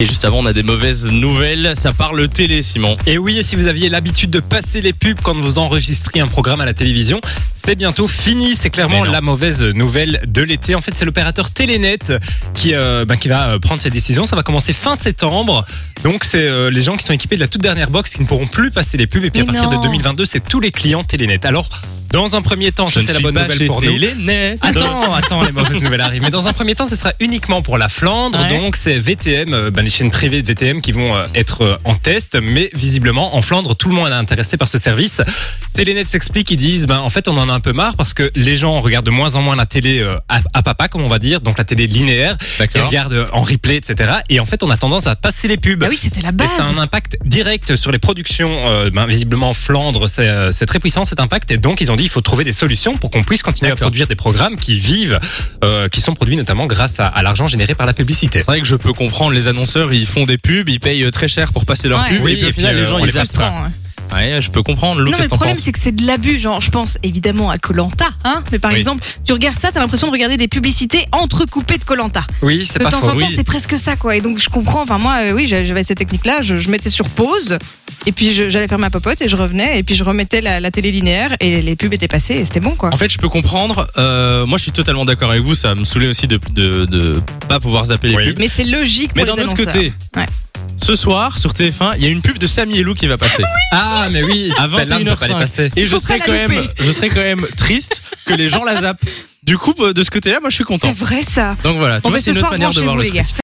Et juste avant, on a des mauvaises nouvelles. Ça parle télé, Simon. Et oui, si vous aviez l'habitude de passer les pubs quand vous enregistrez un programme à la télévision, c'est bientôt fini. C'est clairement Mais non. la mauvaise nouvelle de l'été. En fait, c'est l'opérateur Télénet qui, euh, bah, qui va euh, prendre ses décisions. Ça va commencer fin septembre. Donc, c'est euh, les gens qui sont équipés de la toute dernière box qui ne pourront plus passer les pubs. Et puis, Mais à partir non. de 2022, c'est tous les clients Télénet. Alors, dans un premier temps, ça, c'est la bonne nouvelle pour nous. Attends, attends, les mauvaises nouvelles arrivent. Mais dans un premier temps, ce sera uniquement pour la Flandre. Ouais. Donc, c'est VTM, euh, ben, les chaînes privées de VTM qui vont euh, être euh, en test. Mais visiblement, en Flandre, tout le monde est intéressé par ce service. Télénet s'explique, ils disent, ben, en fait, on en a un peu marre parce que les gens regardent de moins en moins la télé euh, à, à papa, comme on va dire, donc la télé linéaire. Ils D'accord. regardent euh, en replay, etc. Et en fait, on a tendance à passer les pubs. Bah oui, c'était la Et base. ça a un impact direct sur les productions. Euh, ben, visiblement, en Flandre, c'est euh, c'est très puissant cet impact. Et donc, ils ont dit il faut trouver des solutions pour qu'on puisse continuer à D'accord. produire des programmes qui vivent, euh, qui sont produits notamment grâce à, à l'argent généré par la publicité. C'est vrai que je peux comprendre, les annonceurs, ils font des pubs, ils payent très cher pour passer leurs Ouais. pubs. Oui, et puis au et puis, final, euh, les gens, on ils les zappent. passe pas. Frustrant, hein. Ouais, je peux comprendre. Lou, Non, mais qu'est-ce le que t'en problème, penses c'est que c'est de l'abus. Genre, je pense évidemment à Colanta, hein. Mais par Oui. exemple, tu regardes ça, t'as l'impression de regarder des publicités entrecoupées de Colanta. Oui, c'est De pas temps faux. en temps, c'est presque ça, quoi. Et donc, je comprends. Enfin, moi, euh, oui, j'a- j'avais cette technique-là. Je, je mettais sur pause. Et puis, je- j'allais faire ma popote et je revenais. Et puis, je remettais la, la télé linéaire et les pubs étaient passées et c'était bon, quoi. En fait, je peux comprendre. Euh, moi, je suis totalement d'accord avec vous. Ça me saoulait aussi de de, de pas pouvoir zapper les Oui. pubs. Mais c'est logique Mais pour d'un les autre annonceurs. côté, Ouais. ce soir sur TF1, il y a une pub de Samy et Lou qui va passer. Ah, mais oui, à celle-là, on peut pas les 21h05. passer. Et je Faut pas serais la quand même, louper. je serais quand même triste que les gens la zappent. Du coup, de ce côté-là, moi, je suis C'est content. vrai, ça. Donc voilà, tu Bon, vois, ben, c'est une ce autre soir, manière de branchez-vous, voir le les truc. gars.